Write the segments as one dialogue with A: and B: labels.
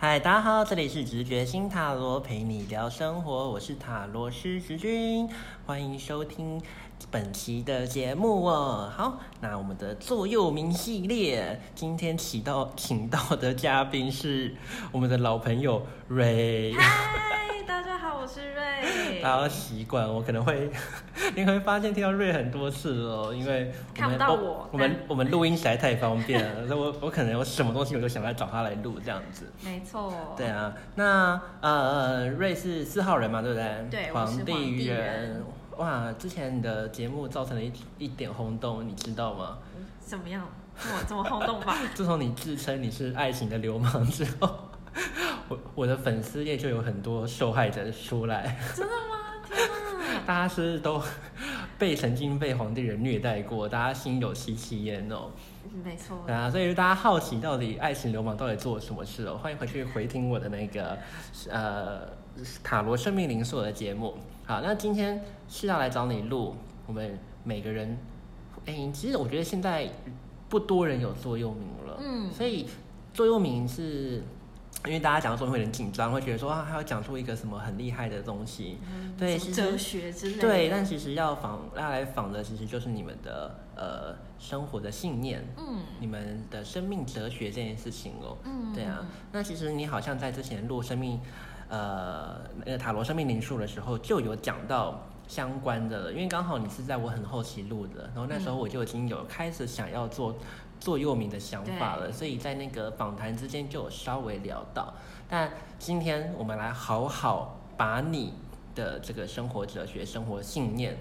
A: 嗨，大家好，这里是直觉新塔罗，陪你聊生活，我是塔罗师直君，欢迎收听本期的节目哦。好，那我们的座右铭系列，今天请到请到的嘉宾是我们的老朋友瑞。
B: 嗨，大家好，我是瑞。
A: 大家要习惯，我可能会， 你可能会发现听到瑞很多次了，因为我
B: 看
A: 们
B: 不到
A: 我
B: 我
A: 我们我们录音实在太方便了，所以我我可能有什么东西我就想来找他来录这样子。
B: 没错，
A: 对啊，那呃，瑞是四号人嘛，对不对？
B: 对我是
A: 皇
B: 皇帝
A: 人
B: 人。
A: 哇，之前你的节目造成了一一点轰动，你知道吗？
B: 怎么样？这么这么轰动吧？
A: 自从你自称你是爱情的流氓之后，我我的粉丝页就有很多受害者出来，
B: 真的吗？天哪！
A: 大家是都被曾经被皇帝人虐待过，大家心有戚戚焉哦。
B: 没错
A: 对，啊，所以大家好奇到底爱情流氓到底做了什么事哦，欢迎回去回听我的那个呃塔罗生命灵所的节目。好，那今天是要来找你录，我们每个人，哎、其实我觉得现在不多人有座右铭了，
B: 嗯
A: 所以座右铭是。因为大家讲座右铭会有点紧张，会觉得说啊，他要讲出一个什么很厉害的东西，
B: 嗯
A: 对，其
B: 什
A: 实
B: 么哲学之类的。
A: 对，但其实要仿要来仿的，其实就是你们的呃生活的信念，
B: 嗯
A: 你们的生命哲学这件事情哦。
B: 嗯，
A: 对啊，那其实你好像在之前录生命，呃，那个塔罗生命灵数的时候就有讲到相关的了，因为刚好你是在我很后期录的，然后那时候我就已经有开始想要做座右铭的想法了，所以在那个访谈之间就有稍微聊到。但今天我们来好好把你的这个生活哲学、生活信念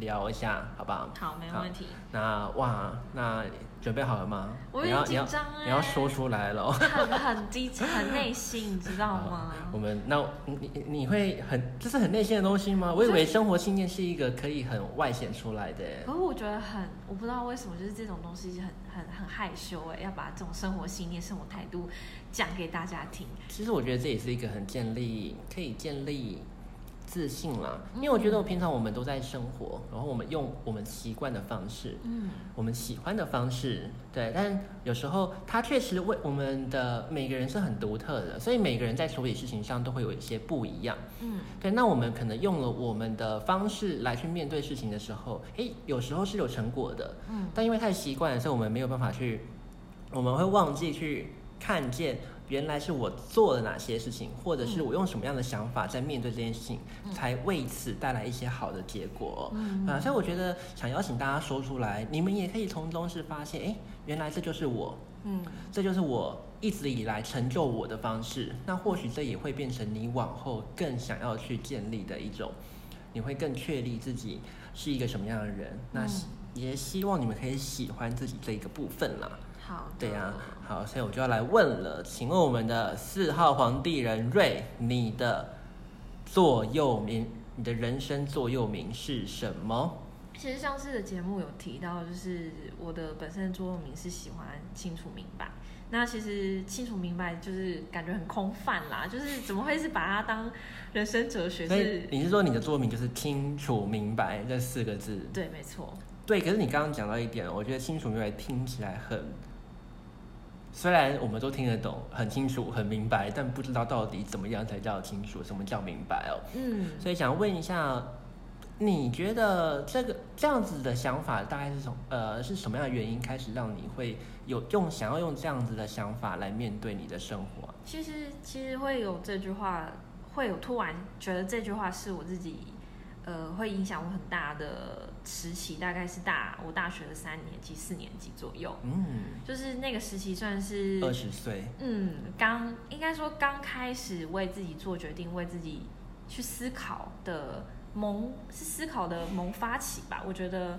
A: 聊一下，好不好？
B: 好，没
A: 好
B: 问题。
A: 那哇，那准备好了吗？
B: 我
A: 你
B: 有
A: 要
B: 点紧张
A: 你要
B: 哎
A: 你要说出来了哦。
B: 很很低，很内心，你知道 吗？
A: 我们那你你你会很这是很内心的东西吗？我以为生活信念是一个可以很外显出来的耶。
B: 可是我觉得很，我不知道为什么，就是这种东西很很很害羞哎、要把这种生活信念、生活态度讲给大家听。
A: 其实我觉得这也是一个很建立可以建立自信啦，因
B: 嗯
A: 为我觉得我平常我们都在生活，然后我们用我们习惯的方式，
B: 嗯，
A: 我们喜欢的方式，对，但有时候它确实为我们的每个人是很独特的，所以每个人在处理事情上都会有一些不一样。
B: 嗯，
A: 对，那我们可能用了我们的方式来去面对事情的时候，诶，有时候是有成果的，
B: 嗯，
A: 但因为太习惯了，所以我们没有办法去，我们会忘记去看见原来是我做了哪些事情，或者
B: 嗯
A: 是我用什么样的想法在面对这件事情，才为此带来一些好的结果。
B: 嗯
A: 啊，所以我觉得想邀请大家说出来，你们也可以从中是发现，诶，原来这就是我，
B: 嗯，
A: 这就是我一直以来成就我的方式。那或许这也会变成你往后更想要去建立的一种，你会更确立自己是一个什么样的人。那
B: 嗯
A: 希也希望你们可以喜欢自己这一个部分啦。
B: 好。
A: 对呀、
B: 嗯
A: 好，所以我就要来问了，请问我们的四号皇帝人瑞，你的座右铭，你的人生座右铭是什么？
B: 其实上次的节目有提到，就是我的本身的座右铭是喜欢清楚明白。那其实清楚明白就是感觉很空泛啦，就是怎么会是把它当人生哲学
A: 所以
B: 是？
A: 你是说你的座右铭就是清楚明白这四个字？
B: 对，没错，
A: 对，可是你刚刚讲到一点，我觉得清楚明白听起来很，虽然我们都听得懂，很清楚、很明白，但不知道到底怎么样才叫清楚，什么叫明白哦。
B: 嗯，
A: 所以想问一下，你觉得这个这样子的想法大概是从呃是什么样的原因开始让你会有用想要用这样子的想法来面对你的生活啊、
B: 其实其实会有这句话，会有突然觉得这句话是我自己，呃，会影响我很大的时期，大概是大我大学的三年级、四年级左右，
A: 嗯，
B: 就是那个时期算是
A: 二十岁，
B: 嗯，刚应该说刚开始为自己做决定，为自己去思考的萌是思考的萌发起吧，我觉得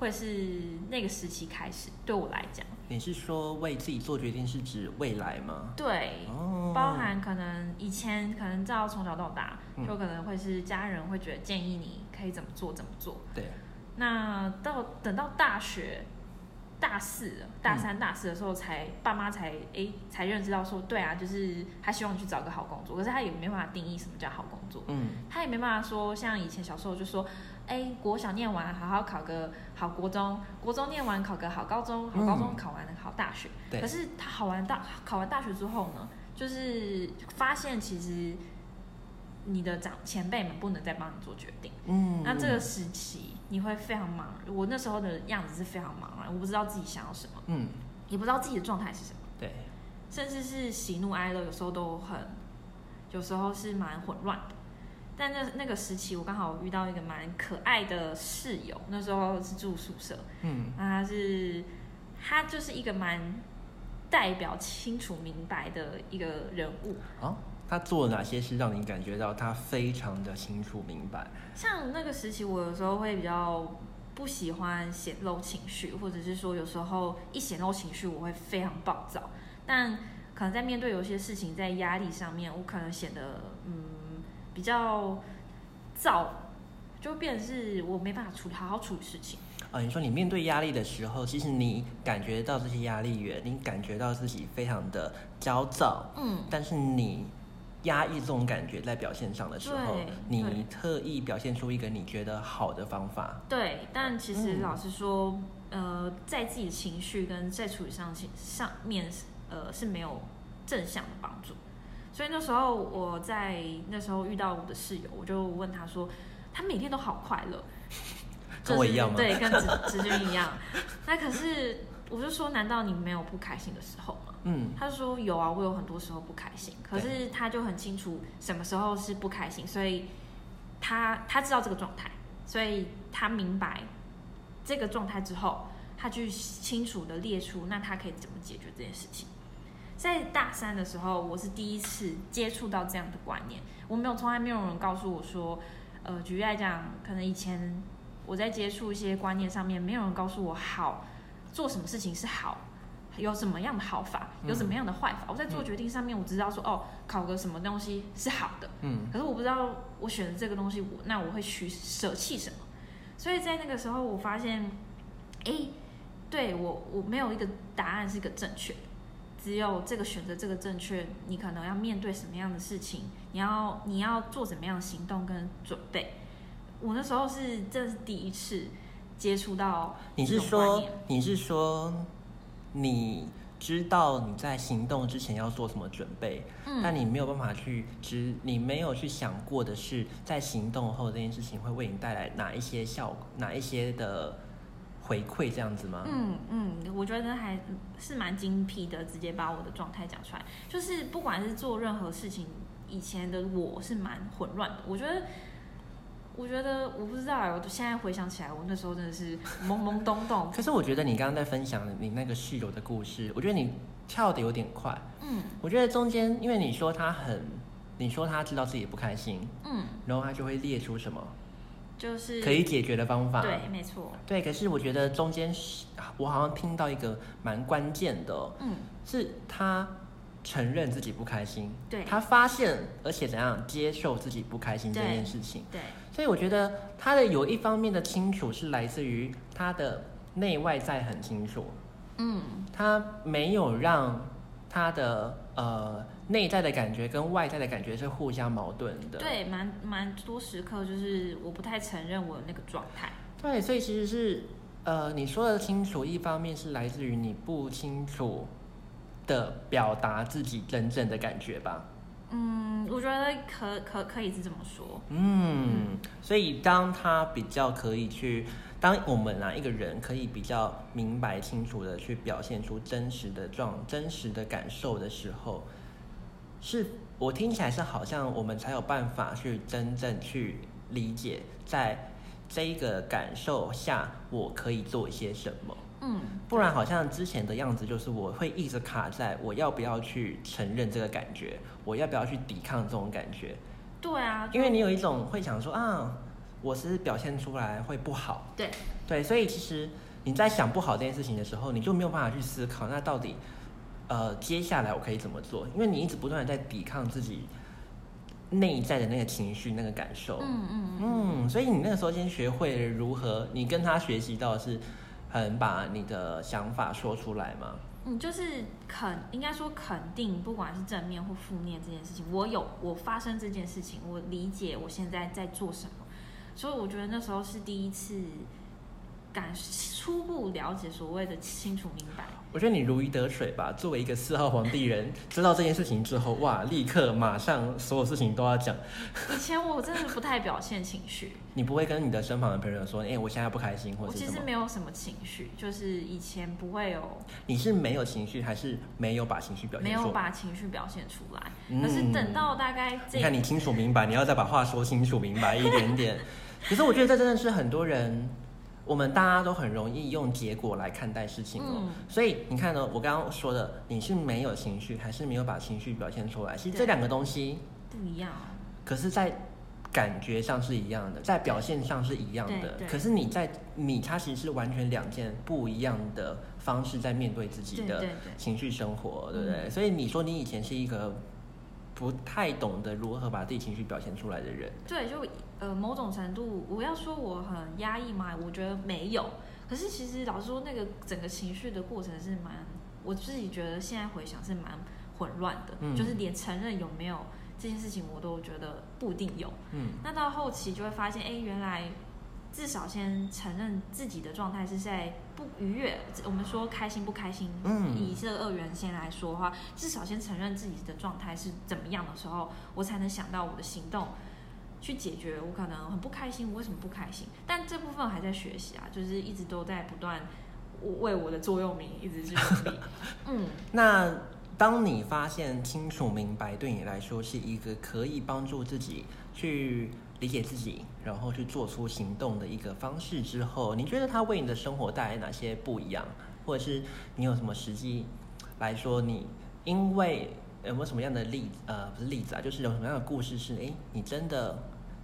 B: 会是那个时期开始，对我来讲，
A: 你是说为自己做决定是指未来吗？
B: 对，
A: 哦，
B: 包含可能以前可能照从小到大，
A: 嗯
B: 就可能会是家人会觉得建议你可以怎么做怎么做，
A: 哦对，
B: 那到等到大学大四了、大三、大四的时候才，爸妈才诶、才认知到说，对啊，就是他希望你去找个好工作，可是他也没办法定义什么叫好工作，
A: 嗯。
B: 他也没办法说像以前小时候就说，哎，国小念完好好考个好国中，国中念完考个好高中，好高中
A: 嗯
B: 考完好大学。
A: 对
B: 可是他考完大考完大学之后呢，就是发现其实你的长前辈们不能再帮你做决定。
A: 嗯，
B: 那这个时期你会非常茫，我那时候的样子是非常茫然，我不知道自己想要什么，
A: 嗯，
B: 也不知道自己的状态是什么，
A: 对，
B: 甚至是喜怒哀乐有时候都很，有时候是蛮混乱的。但那那个时期，我刚好遇到一个蛮可爱的室友，那时候是住宿舍，啊
A: 嗯
B: 那他是他就是一个蛮代表清楚明白的一个人物，
A: 哦，他做了哪些事让你感觉到他非常的清楚明白？
B: 像那个时期，我有时候会比较不喜欢显露情绪，或者是说有时候一显露情绪，我会非常暴躁。但可能在面对有些事情，在压力上面，我可能显得嗯比较躁，就变成是我没办法处理好好处理事情。
A: 啊，你说你面对压力的时候，其实你感觉到这些压力源，你感觉到自己非常的焦躁，
B: 嗯，
A: 但是你压抑这种感觉在表现上的时候
B: 对，对
A: 你特意表现出一个你觉得好的方法。
B: 对。但其实
A: 嗯
B: 老实说，呃，在自己的情绪跟在处理上情上面，呃是没有正向的帮助。所以那时候我在那时候遇到我的室友，我就问他说，他每天都好快 乐，
A: 跟我一样吗
B: 就是对，跟子子君一样。那可是我就说，难道你没有不开心的时候吗？
A: 嗯，
B: 他就说有啊，我有很多时候不开心，可是他就很清楚什么时候是不开心，所以他他知道这个状态，所以他明白这个状态之后，他去清楚的列出那他可以怎么解决这件事情。在大三的时候，我是第一次接触到这样的观念，我没有从来没有人告诉我说，呃，举例来讲，可能以前我在接触一些观念上面，没有人告诉我好做什么事情是好，有什么样的好法，有什么样的坏法。我在做决定上面，我知道说哦，考个什么东西是好的，
A: 嗯，
B: 可是我不知道我选的这个东西，我那我会取舍弃什么。所以在那个时候，我发现，诶，对我我没有一个答案是一个正确的，只有这个选择这个正确，你可能要面对什么样的事情，你要你要做怎么样的行动跟准备。我那时候是这是第一次接触到
A: 你
B: 这
A: 是
B: 种观
A: 说
B: 念，
A: 你是说，你知道你在行动之前要做什么准备，
B: 嗯
A: 但你没有办法去知，你没有去想过的是，在行动后这件事情会为你带来哪一些效果，哪一些的回馈，这样子吗？
B: 嗯嗯，我觉得还是蛮精辟的，直接把我的状态讲出来。就是不管是做任何事情，以前的我是蛮混乱的。我觉得，我觉得我不知道欸，我现在回想起来，我那时候真的是懵懵懂 懂。
A: 可是我觉得你刚刚在分享你那个室友的故事，我觉得你跳的有点快。
B: 嗯
A: 我觉得中间，因为你说他很，你说他知道自己不开心，
B: 嗯，
A: 然后他就会列出什么
B: 就是
A: 可以解决的方法。
B: 嗯对，没错，
A: 对，可是我觉得中间是我好像听到一个蛮关键的哦、
B: 嗯
A: 是他承认自己不开心，
B: 对
A: 他发现而且怎样接受自己不开心这
B: 对
A: 件事情，
B: 对，
A: 所以我觉得他的有一方面的清楚是来自于他的内外在很清楚，
B: 嗯
A: 他没有让他的呃内在的感觉跟外在的感觉是互相矛盾的，
B: 对，蛮蛮多时刻就是我不太承认我有那个状态。
A: 对，所以其实是，呃，你说的清楚，一方面是来自于你不清楚的表达自己真正的感觉吧。
B: 嗯，我觉得可可可以是这么说。
A: 嗯，所以当他比较可以去，当我们啊一个人可以比较明白清楚的去表现出真实的状、真实的感受的时候，是我听起来是好像我们才有办法去真正去理解，在这一个感受下我可以做一些什么。
B: 嗯，
A: 不然好像之前的样子就是我会一直卡在我要不要去承认这个感觉，我要不要去抵抗这种感觉，
B: 对啊，
A: 因为你有一种会想说啊，我是表现出来会不好，
B: 对。
A: 对，所以其实你在想不好这件事情的时候，你就没有办法去思考那到底呃接下来我可以怎么做，因为你一直不断的在抵抗自己内在的那个情绪、那个感受，
B: 嗯嗯嗯，
A: 嗯，所以你那个时候先学会了如何，你跟他学习到的是很把你的想法说出来嘛？
B: 嗯，就是肯，应该说肯定，不管是正面或负面这件事情，我有我发生这件事情，我理解我现在在做什么，所以我觉得那时候是第一次感初步了解所谓的清楚明白。
A: 我觉得你如鱼得水吧。作为一个四号皇帝人，知道这件事情之后，哇，立刻马上所有事情都要讲。
B: 以前我真的不太表现情绪，
A: 你不会跟你的身旁的朋友说，哎、我现在不开心， 或
B: 我
A: 者是
B: 其
A: 什
B: 实
A: 么？
B: 没有什么情绪，就是以前不会有
A: 你是没有情绪，还是没有把情绪表现
B: 没
A: 出来？
B: 有把情绪表现出来。
A: 嗯
B: 可是等到大概这
A: 你看，你清楚明白，你要再把话说清楚明 白一点点。可是我觉得这真的是很多人，我们大家都很容易用结果来看待事情哦。
B: 嗯
A: 所以你看呢、哦我刚刚说的，你是没有情绪，还是没有把情绪表现出来？其实这
B: 对
A: 两个东西，
B: 不一样，哦
A: 可是，在感觉上是一样的，在表现上是一样的
B: 对对。
A: 可是你在你，它其实是完全两件不一样的方式在面对自己
B: 对嗯
A: 的
B: 对对
A: 情绪生活，对不对？所以你说你以前是一个不太懂得如何把自己情绪表现出来的人，
B: 对，就呃某种程度，我要说我很压抑嘛，我觉得没有。可是其实老实说，那个整个情绪的过程是蛮，我自己觉得现在回想是蛮混乱的，
A: 嗯
B: 就是连承认有没有这件事情，我都觉得不一定有。
A: 嗯，
B: 那到后期就会发现，哎，原来至少先承认自己的状态是在不愉悦。我们说开心不开心，
A: 嗯
B: 以这个二元先来说的话，至少先承认自己的状态是怎么样的时候，我才能想到我的行动去解决我可能很不开心，我为什么不开心？但这部分还在学习啊，就是一直都在不断为我的座右铭一直去努力。嗯，
A: 那当你发现清楚明白对你来说是一个可以帮助自己去理解自己，然后去做出行动的一个方式之后，你觉得它为你的生活带来哪些不一样，或者是你有什么实际来说你因为有没有什么样的例子？呃，不是例子啊，就是有什么样的故事是诶，你真的。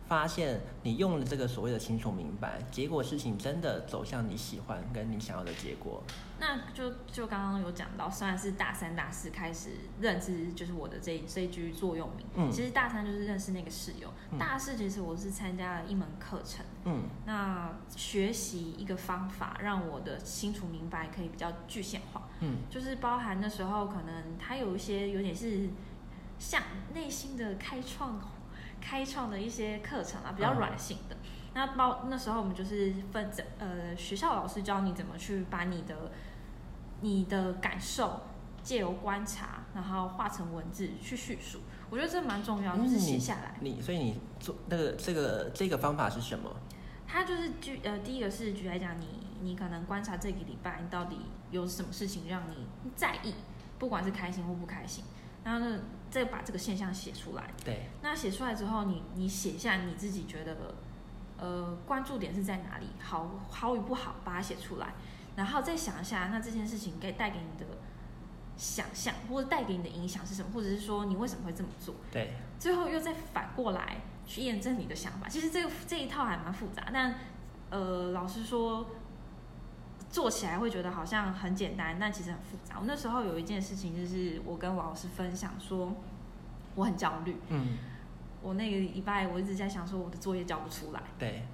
A: 发现你用了这个所谓的清楚明白，结果事情真的走向你喜欢跟你想要的结果。
B: 那就就刚刚有讲到，虽然是大三、大四开始认知，就是我的这这一句座右铭。
A: 嗯
B: 其实大三就是认识那个室友，
A: 嗯
B: 大四其实我是参加了一门课程，
A: 嗯
B: 那学习一个方法，让我的清楚明白可以比较具象化，
A: 嗯
B: 就是包含那时候可能他有一些有点是像内心的开创，开创的一些课程啊，比较
A: 嗯
B: 软性的。那包那时候我们就是分呃学校老师教你怎么去把你的你的感受借由观察，然后化成文字去叙述。我觉得这蛮重要，就是
A: 嗯
B: 写
A: 你
B: 下来。
A: 你所以你做那个这个这个方法是什么？
B: 它就是举呃，第一个是举来讲，你你可能观察这个礼拜你到底有什么事情让你在意，不管是开心或不开心，然后呢再把这个现象写出来。
A: 对，
B: 那写出来之后，你你写下你自己觉得呃关注点是在哪里，好好与不好，把它写出来，然后再想一下，那这件事情该带给你的想象或者带给你的影响是什么，或者是说你为什么会这么做。
A: 对，
B: 最后又再反过来去验证你的想法。其实这个这一套还蛮复杂，但呃，老实说，做起来会觉得好像很简单，但其实很复杂。我那时候有一件事情，就是我跟王老师分享说，我很焦虑，
A: 嗯，
B: 我那个礼拜我一直在想说我的作业交不出来，
A: 对，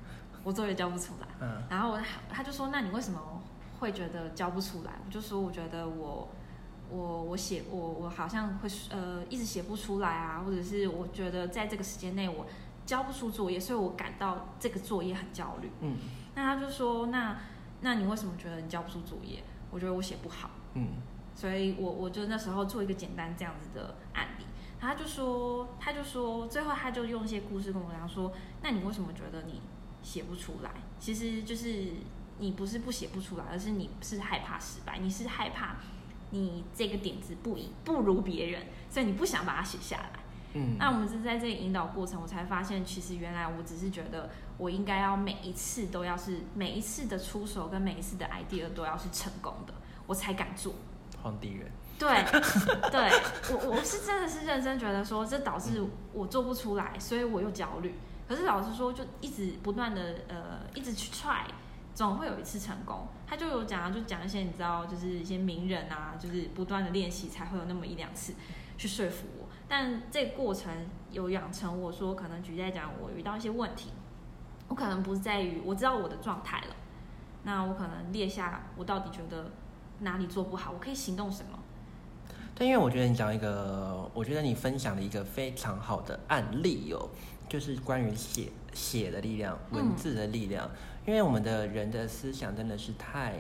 B: 我作业交不出来。
A: 嗯
B: 然后我他就说：“那你为什么会觉得教不出来？”我就说：“我觉得我我我写我我好像会呃一直写不出来啊，或者是我觉得在这个时间内我交不出作业，所以我感到这个作业很焦虑。
A: 嗯”
B: 那他就说：“那那你为什么觉得你交不出作业？我觉得我写不好。”
A: 嗯
B: 所以我我就那时候做一个简单这样子的案例，然后他就说，他就说，最后他就用一些故事跟我讲说，那你为什么觉得你写不出来？其实就是你不是不写不出来，而是你是害怕失败，你是害怕你这个点子不一不如别人，所以你不想把它写下来。
A: 嗯，
B: 那我们是在这个引导过程，我才发现，其实原来我只是觉得我应该要每一次都要是每一次的出手跟每一次的 idea 都要是成功的，我才敢做。
A: 皇帝人，
B: 对，对我我是真的是认真觉得说，这导致我做不出来，所以我又焦虑。可是老实说，就一直不断的呃，一直去 try，总会有一次成功。他就有讲啊，就讲一些你知道，就是一些名人啊，就是不断的练习才会有那么一两次去说服我。但这个过程有养成我说，可能举例来讲，我遇到一些问题，我可能不是在于我知道我的状态了，那我可能列下我到底觉得哪里做不好，我可以行动什么。
A: 但因为我觉得你讲一个，我觉得你分享了一个非常好的案例哦，就是关于写写的力量、
B: 嗯
A: 文字的力量，因为我们的人的思想真的是太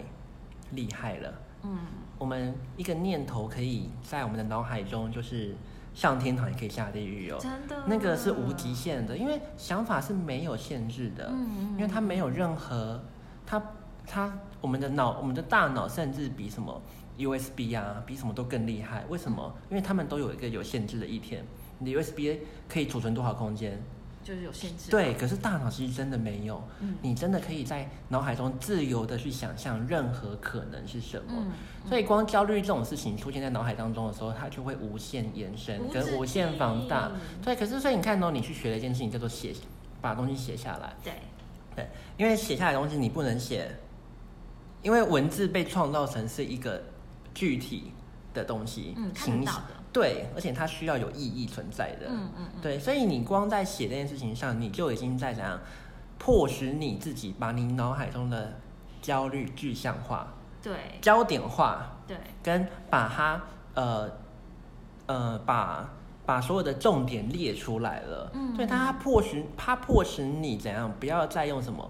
A: 厉害了。
B: 嗯，
A: 我们一个念头可以在我们的脑海中，就是上天堂也可以下地狱哦，
B: 真的，
A: 那个是无极限的，因为想法是没有限制的。
B: 嗯，嗯
A: 因为它没有任何，它它我们的脑，我们的大脑甚至比什么 USB 啊，比什么都更厉害。为什么？因为他们都有一个有限制的一天。你的 USB 可以储存多少空间？
B: 就是有限制，，
A: 对，可是大脑其实真的没有，
B: 嗯
A: 你真的可以在脑海中自由的去想象任何可能是什么。
B: 嗯，
A: 所以，光焦虑这种事情出现在脑海当中的时候，它就会无限延伸，
B: 无止
A: 跟无限放大
B: 境。
A: 对，可是所以你看哦，你去学了一件事情叫做写，把东西写下来。
B: 对，
A: 对，因为写下来的东西你不能写，因为文字被创造成是一个具体的东西，
B: 嗯看得
A: 形
B: 到
A: 式
B: 的
A: 对，而且它需要有意义存在的，
B: 嗯嗯嗯
A: 对，所以你光在写这件事情上，你就已经在怎样迫使你自己把你脑海中的焦虑具象化、
B: 对
A: 焦点化，
B: 对，
A: 跟把它呃呃把把所有的重点列出来了，
B: 嗯
A: 所以它迫使它迫使你怎样不要再用什么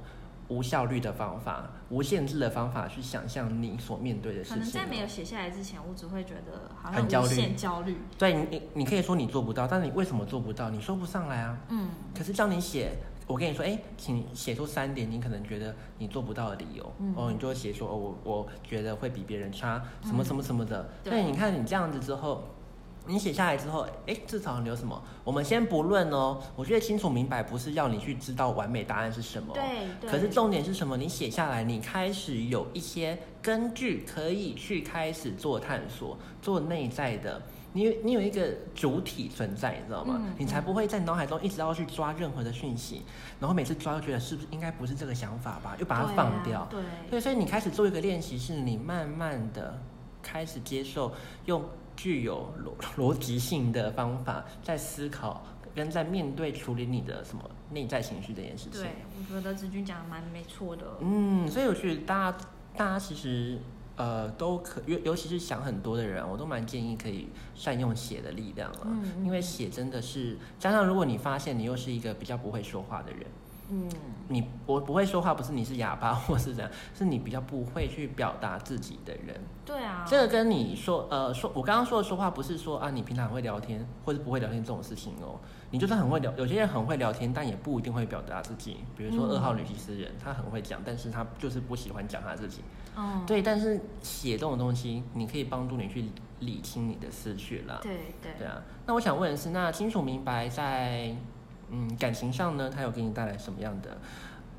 A: 无效率的方法、无限制的方法去想象你所面对的
B: 可
A: 事
B: 能
A: 情
B: 在没有
A: 了。
B: 写下来之前，我只会觉得好像
A: 很焦
B: 无
A: 虑
B: 限焦虑，
A: 对你，你你可以说你做不到，但是你为什么做不到？你说不上来啊。
B: 嗯，
A: 可是当你写，我跟你说，哎、请写出三点你可能觉得你做不到的理由，
B: 嗯
A: 哦，你就会写说，哦，我我觉得会比别人差，什么
B: 嗯
A: 什么什么的。
B: 对
A: 但你看你这样子之后。你写下来之后，哎，至少你有什么？我们先不论哦，我觉得清楚明白不是要你去知道完美答案是什么，
B: 对嗯对，啊
A: 可是重点是什么？你写下来，你开始有一些根据，可以去开始做探索，做内在的。你有你有一个主体存在，你知道吗？
B: 嗯
A: 你才不会在脑海中一直要去抓任何的讯息，然后每次抓又觉得是不是应该不是这个想法吧，又把它
B: 对啊
A: 放掉。
B: 对，
A: 对，所以你开始做一个练习，是你慢慢的开始接受用具有逻逻辑性的方法在思考，跟在面对处理你的什么内在情绪这件事情。
B: 对，我觉得子君讲的蛮没错的，
A: 嗯，所以我觉得大家大家其实呃都可，尤尤其是想很多的人，我都蛮建议可以善用写的力量啊，
B: 嗯嗯
A: 因为写真的是加上如果你发现你又是一个比较不会说话的人，
B: 嗯，
A: 你我不会说话不是你是哑巴或是怎样，是你比较不会去表达自己的人。
B: 对啊，
A: 这个跟你说呃说，我刚刚说的说话不是说啊你平常很会聊天或是不会聊天这种事情哦，你就算很会聊，有些人很会聊天，但也不一定会表达自己。比如说
B: 嗯
A: 二号女骑士人，他很会讲，但是他就是不喜欢讲他自己。
B: 嗯，
A: 对，但是写这种东西，你可以帮助你去理清你的思绪啦。
B: 对对
A: 对啊，那我想问的是，那清楚明白在嗯感情上呢，他有给你带来什么样的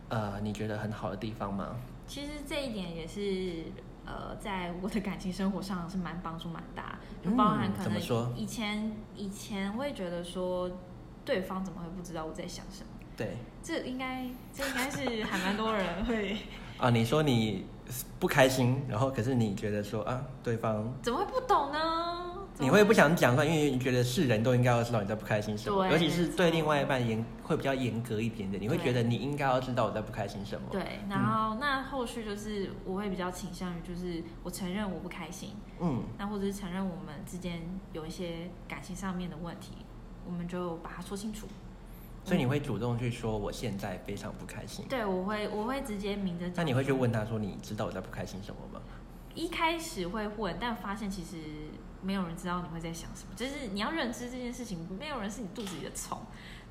A: 呃你觉得很好的地方吗？
B: 其实这一点也是呃，在我的感情生活上是蛮帮助蛮大，就
A: 嗯
B: 包含可
A: 怎么说
B: 能以前、以前我也觉得说对方怎么会不知道我在想什么，
A: 对
B: 这应该这应该是还蛮多人会
A: 啊，你说你不开心，然后可是你觉得说啊对方。
B: 怎么会不懂呢？怎
A: 你
B: 么
A: 会不想讲出来，因为你觉得是人都应该要知道你在不开心什么，
B: 对
A: 尤其是
B: 没
A: 对
B: 错
A: 另外一半严会比较严格一点点，你会
B: 对
A: 觉得你应该要知道我在不开心什么。
B: 对，然后、那后续就是我会比较倾向于就是我承认我不开心，
A: 嗯，
B: 那或者是承认我们之间有一些感情上面的问题，我们就把它说清楚。
A: 所以你会主动去说我现在非常不开心。
B: 对，我会我会直接明着讲。
A: 那你会去问他说你知道我在不开心什么吗？
B: 一开始会问，但发现其实没有人知道你会在想什么，就是你要认知这件事情，没有人是你肚子里的虫，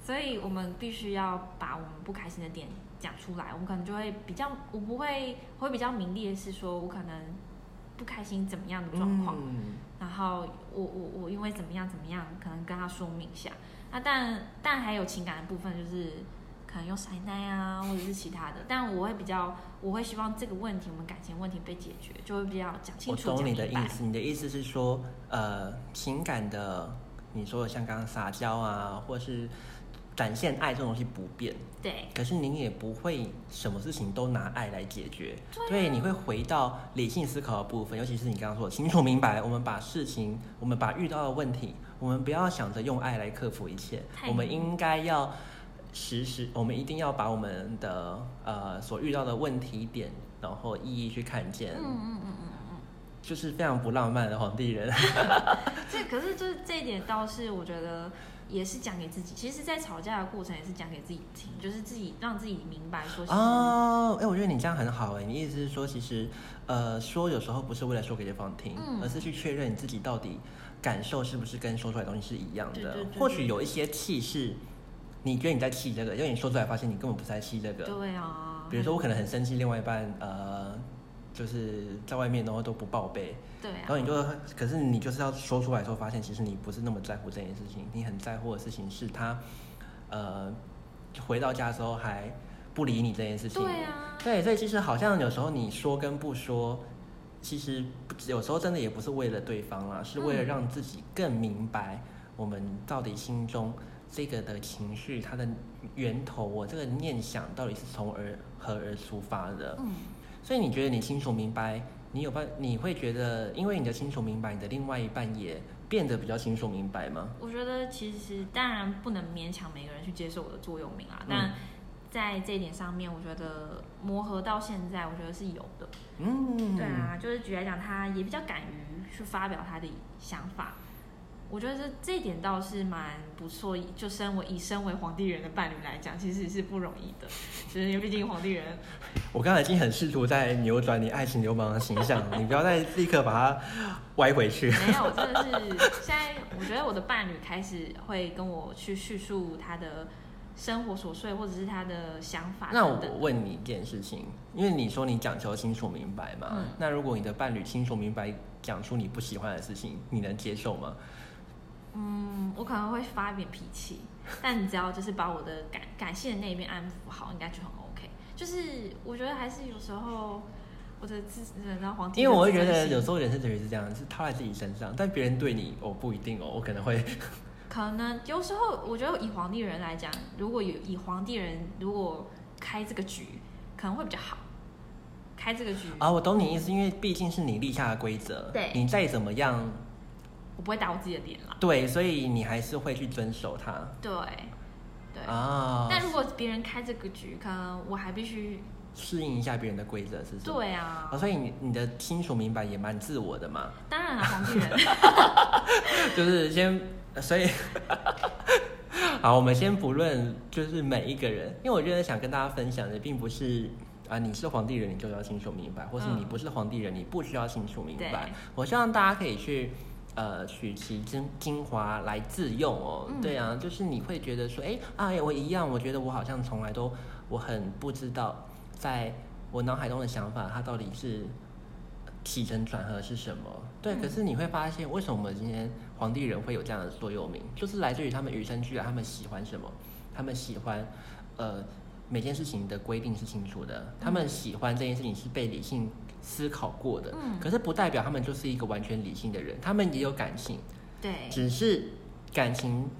B: 所以我们必须要把我们不开心的点讲出来。我们可能就会比较，我不会，我会比较明烈，是说我可能不开心怎么样的状况，
A: 嗯
B: 然后我我我因为怎么样怎么样，可能跟他说明一下。那但但还有情感的部分，就是可能用塞奶啊，或者是其他的。但我会比较，我会希望这个问题，我们感情问题被解决，就会比较讲清
A: 我
B: 楚、讲
A: 懂你的
B: 明白
A: 意。思，你的意思是说，呃，情感的，你说的像刚刚撒娇啊，或是展现爱这种东西不变，
B: 对
A: 可是您也不会什么事情都拿爱来解决，
B: 对啊
A: 你会回到理性思考的部分，尤其是你刚刚说的清楚明白，我们把事情，我们把遇到的问题，我们不要想着用爱来克服一切，
B: 太
A: 我们应该要实时，我们一定要把我们的呃所遇到的问题点，然后一一去看见，
B: 嗯嗯嗯嗯嗯嗯，
A: 就是非常不浪漫的皇帝人。
B: 这可是就是这一点倒是我觉得也是讲给自己，其实，在吵架的过程也是讲给自己听，就是自己让自己明白说，其实
A: 哦，哎、我觉得你这样很好哎、你意思是说，其实，呃，说有时候不是为了说给对方听，
B: 嗯
A: 而是去确认你自己到底感受是不是跟说出来的东西是一样的。
B: 对对对
A: 或许有一些气是，你觉得你在气这个，因为你说出来发现你根本不是在气这个。
B: 对啊，
A: 比如说，我可能很生气，另外一半呃，就是在外面然后都不报备，
B: 对啊
A: 然，后你就，可是你就是要说出来的时候，发现其实你不是那么在乎这件事情，你很在乎的事情是他，呃，回到家之后还不理你这件事情。
B: 对啊，
A: 对，所以其实好像有时候你说跟不说，其实不有时候真的也不是为了对方啦，是为了
B: 嗯
A: 让自己更明白我们到底心中这个的情绪它的源头，我这个念想到底是从而何而出发的。
B: 嗯，
A: 所以你觉得你清楚明白，你有办，你会觉得，因为你的清楚明白，你的另外一半也变得比较清楚明白吗？
B: 我觉得其实当然不能勉强每个人去接受我的座右铭啊
A: 嗯，
B: 但在这一点上面，我觉得磨合到现在，我觉得是有的。
A: 嗯，
B: 对，啊，就是举来讲，他也比较敢于去发表他的想法。我觉得这这一点倒是蛮不错，就身为以身为皇帝人的伴侣来讲，其实是不容易的，就是因为毕竟皇 帝人，
A: 嗯我刚才已经很试图在扭转你爱情流氓的形 象，你不要再立刻把它歪回去。
B: 没有，真的是现在我觉得我的伴侣开始会跟我去叙述他的生活琐碎，或者是他的想 法
A: 那
B: 等
A: 我
B: 等。
A: 问你一件事情，因为你说你讲求清楚明白嘛，
B: 嗯
A: 那如果你的伴侣清楚明白讲出你不喜欢的事情，你能接受吗？
B: 嗯，我可能会发一点脾 气，但你只要就是把我的感感性的那一面安抚好，应该就很 OK。就是我觉得还是有时候我的自人到皇帝，
A: 因为我会觉得有时候人生哲学是这样，是套在自己身上，但别人对你哦不一定哦，我可能会
B: 可能有时候我觉得以皇帝人来讲，如果有以皇帝人如果开这个局，可能会比较好。开这个局，
A: 啊，我懂你意思，因为毕竟是你立下的规则，
B: 对
A: 你再怎么样，
B: 我不会打我自己的脸啦。
A: 对，所以你还是会去遵守它
B: 对，对。
A: 啊，
B: 但如果别人开这个局，可能我还必须
A: 适应一下别人的规则是什么？
B: 对啊
A: 啊，。所以你你的清楚明白也蛮自我的嘛，
B: 当然了，皇 帝人
A: 就是先，呃所以，好，我们先不论就是每一个人，因为我觉得想跟大家分享的并不是啊，你是皇帝人你就要清楚明白，或是
B: 嗯
A: 你不是皇帝人你不需要清楚明白
B: 对。
A: 我希望大家可以去。呃，取其精精华来自用哦，
B: 嗯
A: 对啊，就是你会觉得说，哎、啊，我一样，我觉得我好像从来都，我很不知道，在我脑海中的想法，它到底是起承转合是什么？对，
B: 嗯
A: 可是你会发现，为什么我们今天皇帝人会有这样的座右铭，就是来自于他们与生俱来，他们喜欢什么？他们喜欢，呃，每件事情的规定是清楚的，他们喜欢这件事情是被理性思考过的。
B: 嗯
A: 可是不代表他们就是一个完全理性的人，他们也有感性，
B: 对，
A: 只是感情，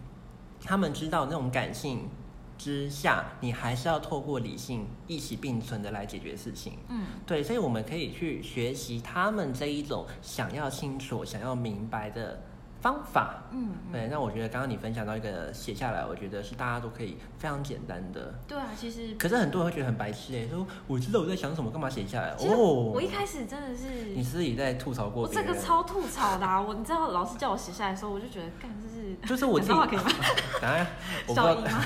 A: 他们知道那种感性之下，你还是要透过理性一起并存的来解决事情。
B: 嗯
A: 对，所以我们可以去学习他们这一种想要清楚、想要明白的方法。
B: 嗯嗯，
A: 对，那我觉得刚刚你分享到一个写下来，我觉得是大家都可以非常简单的。
B: 对啊，其实
A: 可是很多人会觉得很白痴哎、说我知道我在想什么，干嘛写下来？
B: 其实
A: 哦
B: 我，一开始真的
A: 你
B: 是，
A: 自己在吐槽过
B: 我
A: 别
B: 这
A: 人
B: 个。超吐槽的、啊。我你知道，老师叫我写下来的时候，我就觉得，干，这是
A: 就是我自己
B: 讲脏话可以吗？
A: 当 然，我不知
B: 小
A: 道
B: 姨吗？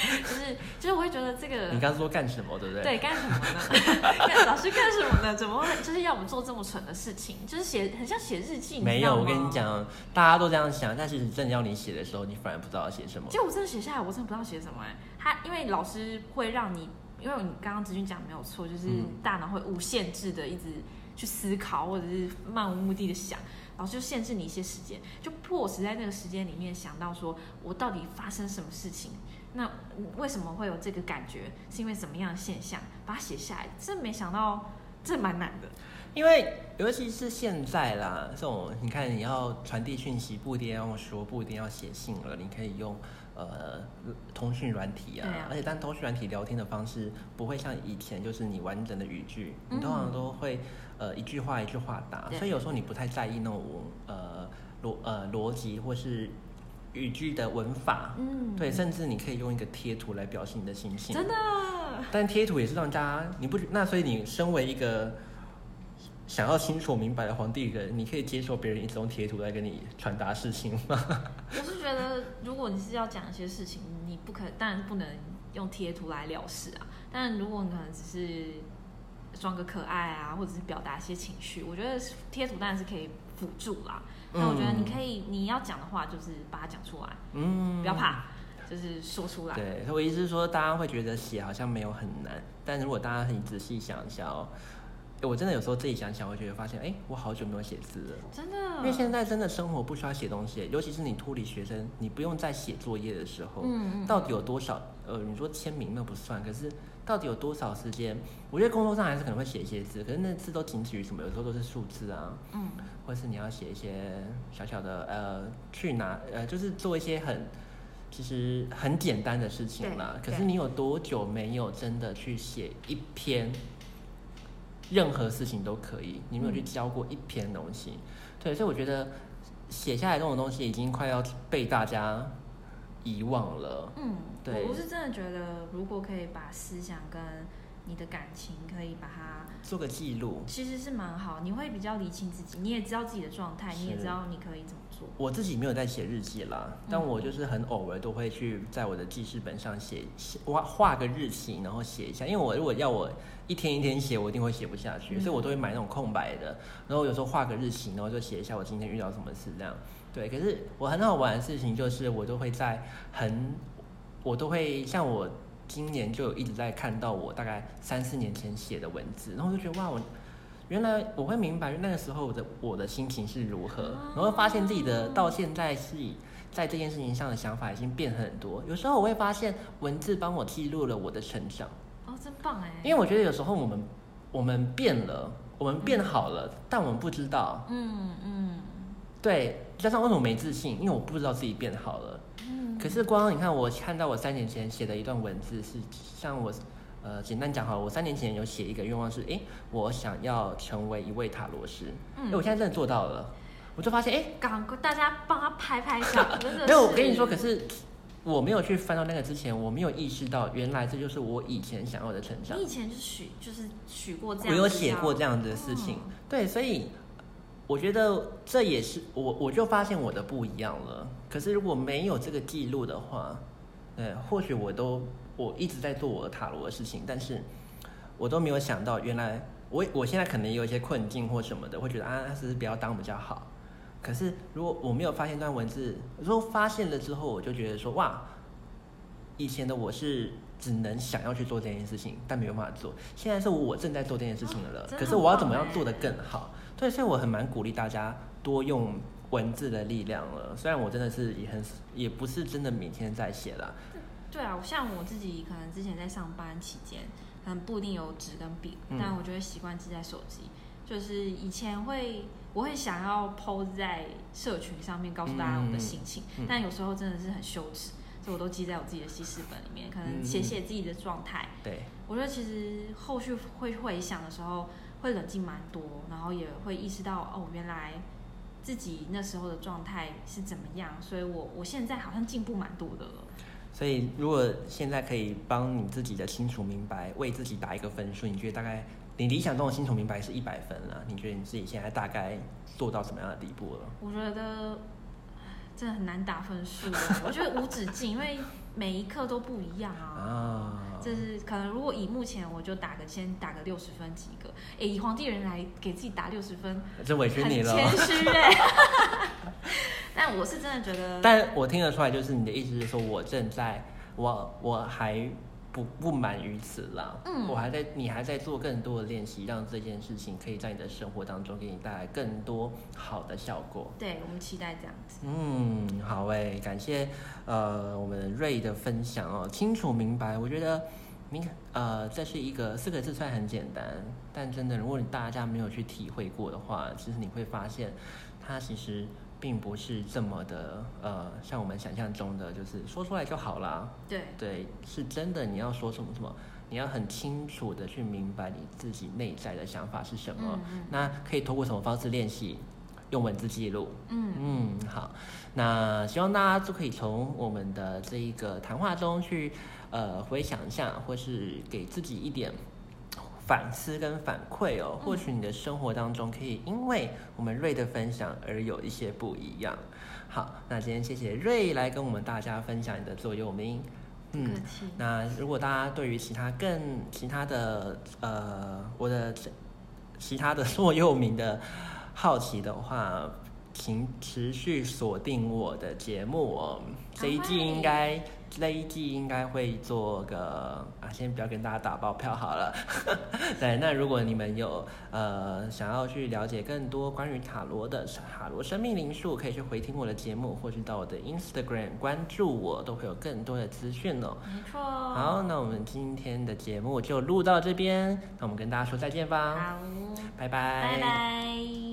B: 就是就是，我会觉得这个
A: 你刚刚说干什嗯么，对不对？
B: 对干什么呢？ 干老师干什么呢？怎么会就是要我们做这么蠢的事情？就是写很像写日记，
A: 没
B: 知
A: 有，
B: 道吗
A: 我跟你，讲，大家都这样想，但其实正要你写的时候，你反而不知道要写什么。
B: 结果我真的写下来，我真的不知道写什么哎、他因为老师会让你，因为你刚刚子君讲没有错，就是
A: 嗯
B: 大脑会无限制的一直去思考，或者是漫无目的的想。老师就限制你一些时间，就迫使在那个时间里面想到说，我到底发生什么事情？那为什么会有这个感觉？是因为什么样的现象？把它写下来，真没想到，这蛮难的。
A: 因为尤其是现在啦，这种你看你要传递讯息，不一定要用说，不一定要写信了，你可以用呃通讯软体啊，
B: 对啊
A: 而且但通讯软体聊天的方式不会像以前，就是你完整的语句，你通常都会呃一句话一句话答，
B: 嗯对
A: 所以有时候你不太在意那种呃逻呃逻辑或是语句的文法，
B: 嗯
A: 对，甚至你可以用一个贴图来表示你的心情，
B: 真的，
A: 但贴图也是让大家，你不觉那所以你身为一个想要清楚明白的皇帝人，你可以接受别人一直用贴图来跟你传达事情吗？
B: 我是觉得，如果你是要讲一些事情，你不可当然不能用贴图来了事啊。但如果你可能只是装个可爱啊，或者是表达一些情绪，我觉得贴图当然是可以辅助啦。但我觉得你可以，你要讲的话就是把它讲出来，
A: 嗯，
B: 不要怕，就是说出来。
A: 对，我意思是说，大家会觉得写好像没有很难，但如果大家很仔细想一下哦，诶我真的有时候自己想想，我觉得发现，哎，我好久没有写字了。
B: 真
A: 因为
B: 的，
A: 现在真的生活不需要写东西，尤其是你脱离学生，你不用再写作业的时候，
B: 嗯嗯
A: 到底有多少？呃，你说签名那不算，可是到底有多少时间？我觉得工作上还是可能会写一些字，可是那字都仅止于什么？有时候都是数字啊，
B: 嗯，
A: 或是你要写一些小小的呃去哪呃，就是做一些很其实很简单的事情啦。可
B: 对
A: 是你有多久没有真的去写一篇？任何事情都可以，你没有去
B: 嗯
A: 教过一篇东西，对，所以我觉得写下来这种东西已经快要被大家遗忘了。
B: 嗯，
A: 对
B: 我我是真的觉得，如果可以把思想跟你的感情可以把它
A: 做个记录。
B: 其实是蛮好，你会比较理清自己，你也知道自己的状态，
A: 是
B: 你也知道你可以怎么做。
A: 我自己没有在写日记啦，但
B: 嗯
A: 我就是很偶尔都会去在我的记事本上写写画画个日期，然后写一下。因为我如果要我一天一天写，我一定会写不下去，
B: 嗯
A: 所以我都会买那种空白的。然后有时候画个日期，然后就写一下我今天遇到什么事这样。对，可是我很好玩的事情就是，我都会在很，我都会像我今年就有一直在看到我大概三四年前写的文字，然后我就觉得哇，我原来我会明白那个时候我的我的心情是如何，然后发现自己的到现在是在这件事情上的想法已经变很多。有时候我会发现文字帮我记录了我的成长，
B: 哦，真棒哎！
A: 因为我觉得有时候我们我们变了，我们变好了，但我们不知道。
B: 嗯嗯
A: 对，加上为什么没自信？因为我不知道自己变好了。
B: 嗯，
A: 可是光你看，我看到我三年前写的一段文字是，像我，呃，简单讲好了，我三年前有写一个愿望是，诶，我想要成为一位塔罗师，诶，我
B: 嗯，
A: 现在真的做到了，我就发现，诶，
B: 赶快大家帮他拍拍手， 真的是。
A: 没有，我跟你说，可是我没有去翻到那个之前，我没有意识到，原来这就是我以前想要的成长
B: 你以。前就许就是许过这
A: 我
B: 样，
A: 有写过这样的事情，
B: 嗯
A: 对，所以我觉得这也是我我就发现我的不一样了。可是如果没有这个记录的话，对，或许我都我一直在做我的塔罗的事情，但是我都没有想到，原来我我现在可能也有一些困境或什么的，会觉得啊，是不是不要当比较好？可是如果我没有发现这段文字，如果发现了之后，我就觉得说哇，以前的我是只能想要去做这件事情，但没有办法做。现在是我正在做这件事情了，
B: 哦真的
A: 可是
B: 很
A: 我要
B: 棒
A: 怎么样
B: 欸
A: 做得更好？对，所以我很蛮鼓励大家多用文字的力量了。虽然我真的是也很也不是真的每天在写啦，
B: 对啊，像我自己可能之前在上班期间，可能不一定有纸跟笔，
A: 嗯
B: 但我就会习惯记在手机。就是以前会，我会想要 PO 在社群上面，告诉大家我的心情，
A: 嗯嗯
B: 但有时候真的是很羞耻，所以我都记在我自己的记事本里面，可能
A: 嗯
B: 写写自己的状态。
A: 对，
B: 我觉得其实后续会回想的时候，会冷静蛮多，然后也会意识到哦，原来自己那时候的状态是怎么样，所以我我现在好像进步蛮多的了。
A: 所以如果现在可以帮你自己的清楚明白，为自己打一个分数，你觉得大概你理想中的清楚明白是一百分啦？你觉得你自己现在大概做到什么样的地步了？
B: 我觉得真的很难打分数欸，我觉得无止境，因为每一刻都不一样啊。
A: 啊，
B: 这是可能，如果以目前我就打个先打个六十分及格。哎，以皇帝人来给自己打六十分，
A: 这委屈
B: 很
A: 你了。
B: 谦 虚哎。但我是真的觉得，
A: 但我听得出来，就是你的意思是说我正在，我我还不不满于此啦，
B: 嗯
A: 我还在，你还在做更多的练习，让这件事情可以在你的生活当中给你带来更多好的效果。
B: 对我们期待这样子。
A: 嗯，好诶、感谢呃我们瑞的分享哦，清楚明白，我觉得。你呃，这是一个四个字，虽然很简单，但真的，如果你大家没有去体会过的话，其实你会发现，它其实并不是这么的呃，像我们想象中的，就是说出来就好啦。
B: 对，
A: 对，是真的，你要说什么什么，你要很清楚的去明白你自己内在的想法是什么
B: 嗯。嗯
A: 那可以通过什么方式练习？用文字记录。
B: 嗯，
A: 嗯，好，那希望大家都可以从我们的这一个谈话中去，呃，回想一下，或是给自己一点反思跟反馈哦，或许你的生活当中可以因为我们瑞的分享而有一些不一样。好，那今天谢谢瑞来跟我们大家分享你的座右铭。嗯
B: 客，气。
A: 那如果大家对于其他更其他的呃我的其他的 座右铭的好奇的话，请持续锁定我的节目哦。这一季应该这一季应该会做个啊，先不要跟大家打包票好了。 对，那如果你们有呃想要去了解更多关于塔罗的塔罗生命灵数，可以去回听我的节目，或是到我的 Instagram 关注我，都会有更多的资讯哦。
B: 没错。好，
A: 好，那我们今天的节目就录到这边，那我们跟大家说再见吧，
B: 好，
A: 拜
B: 拜拜。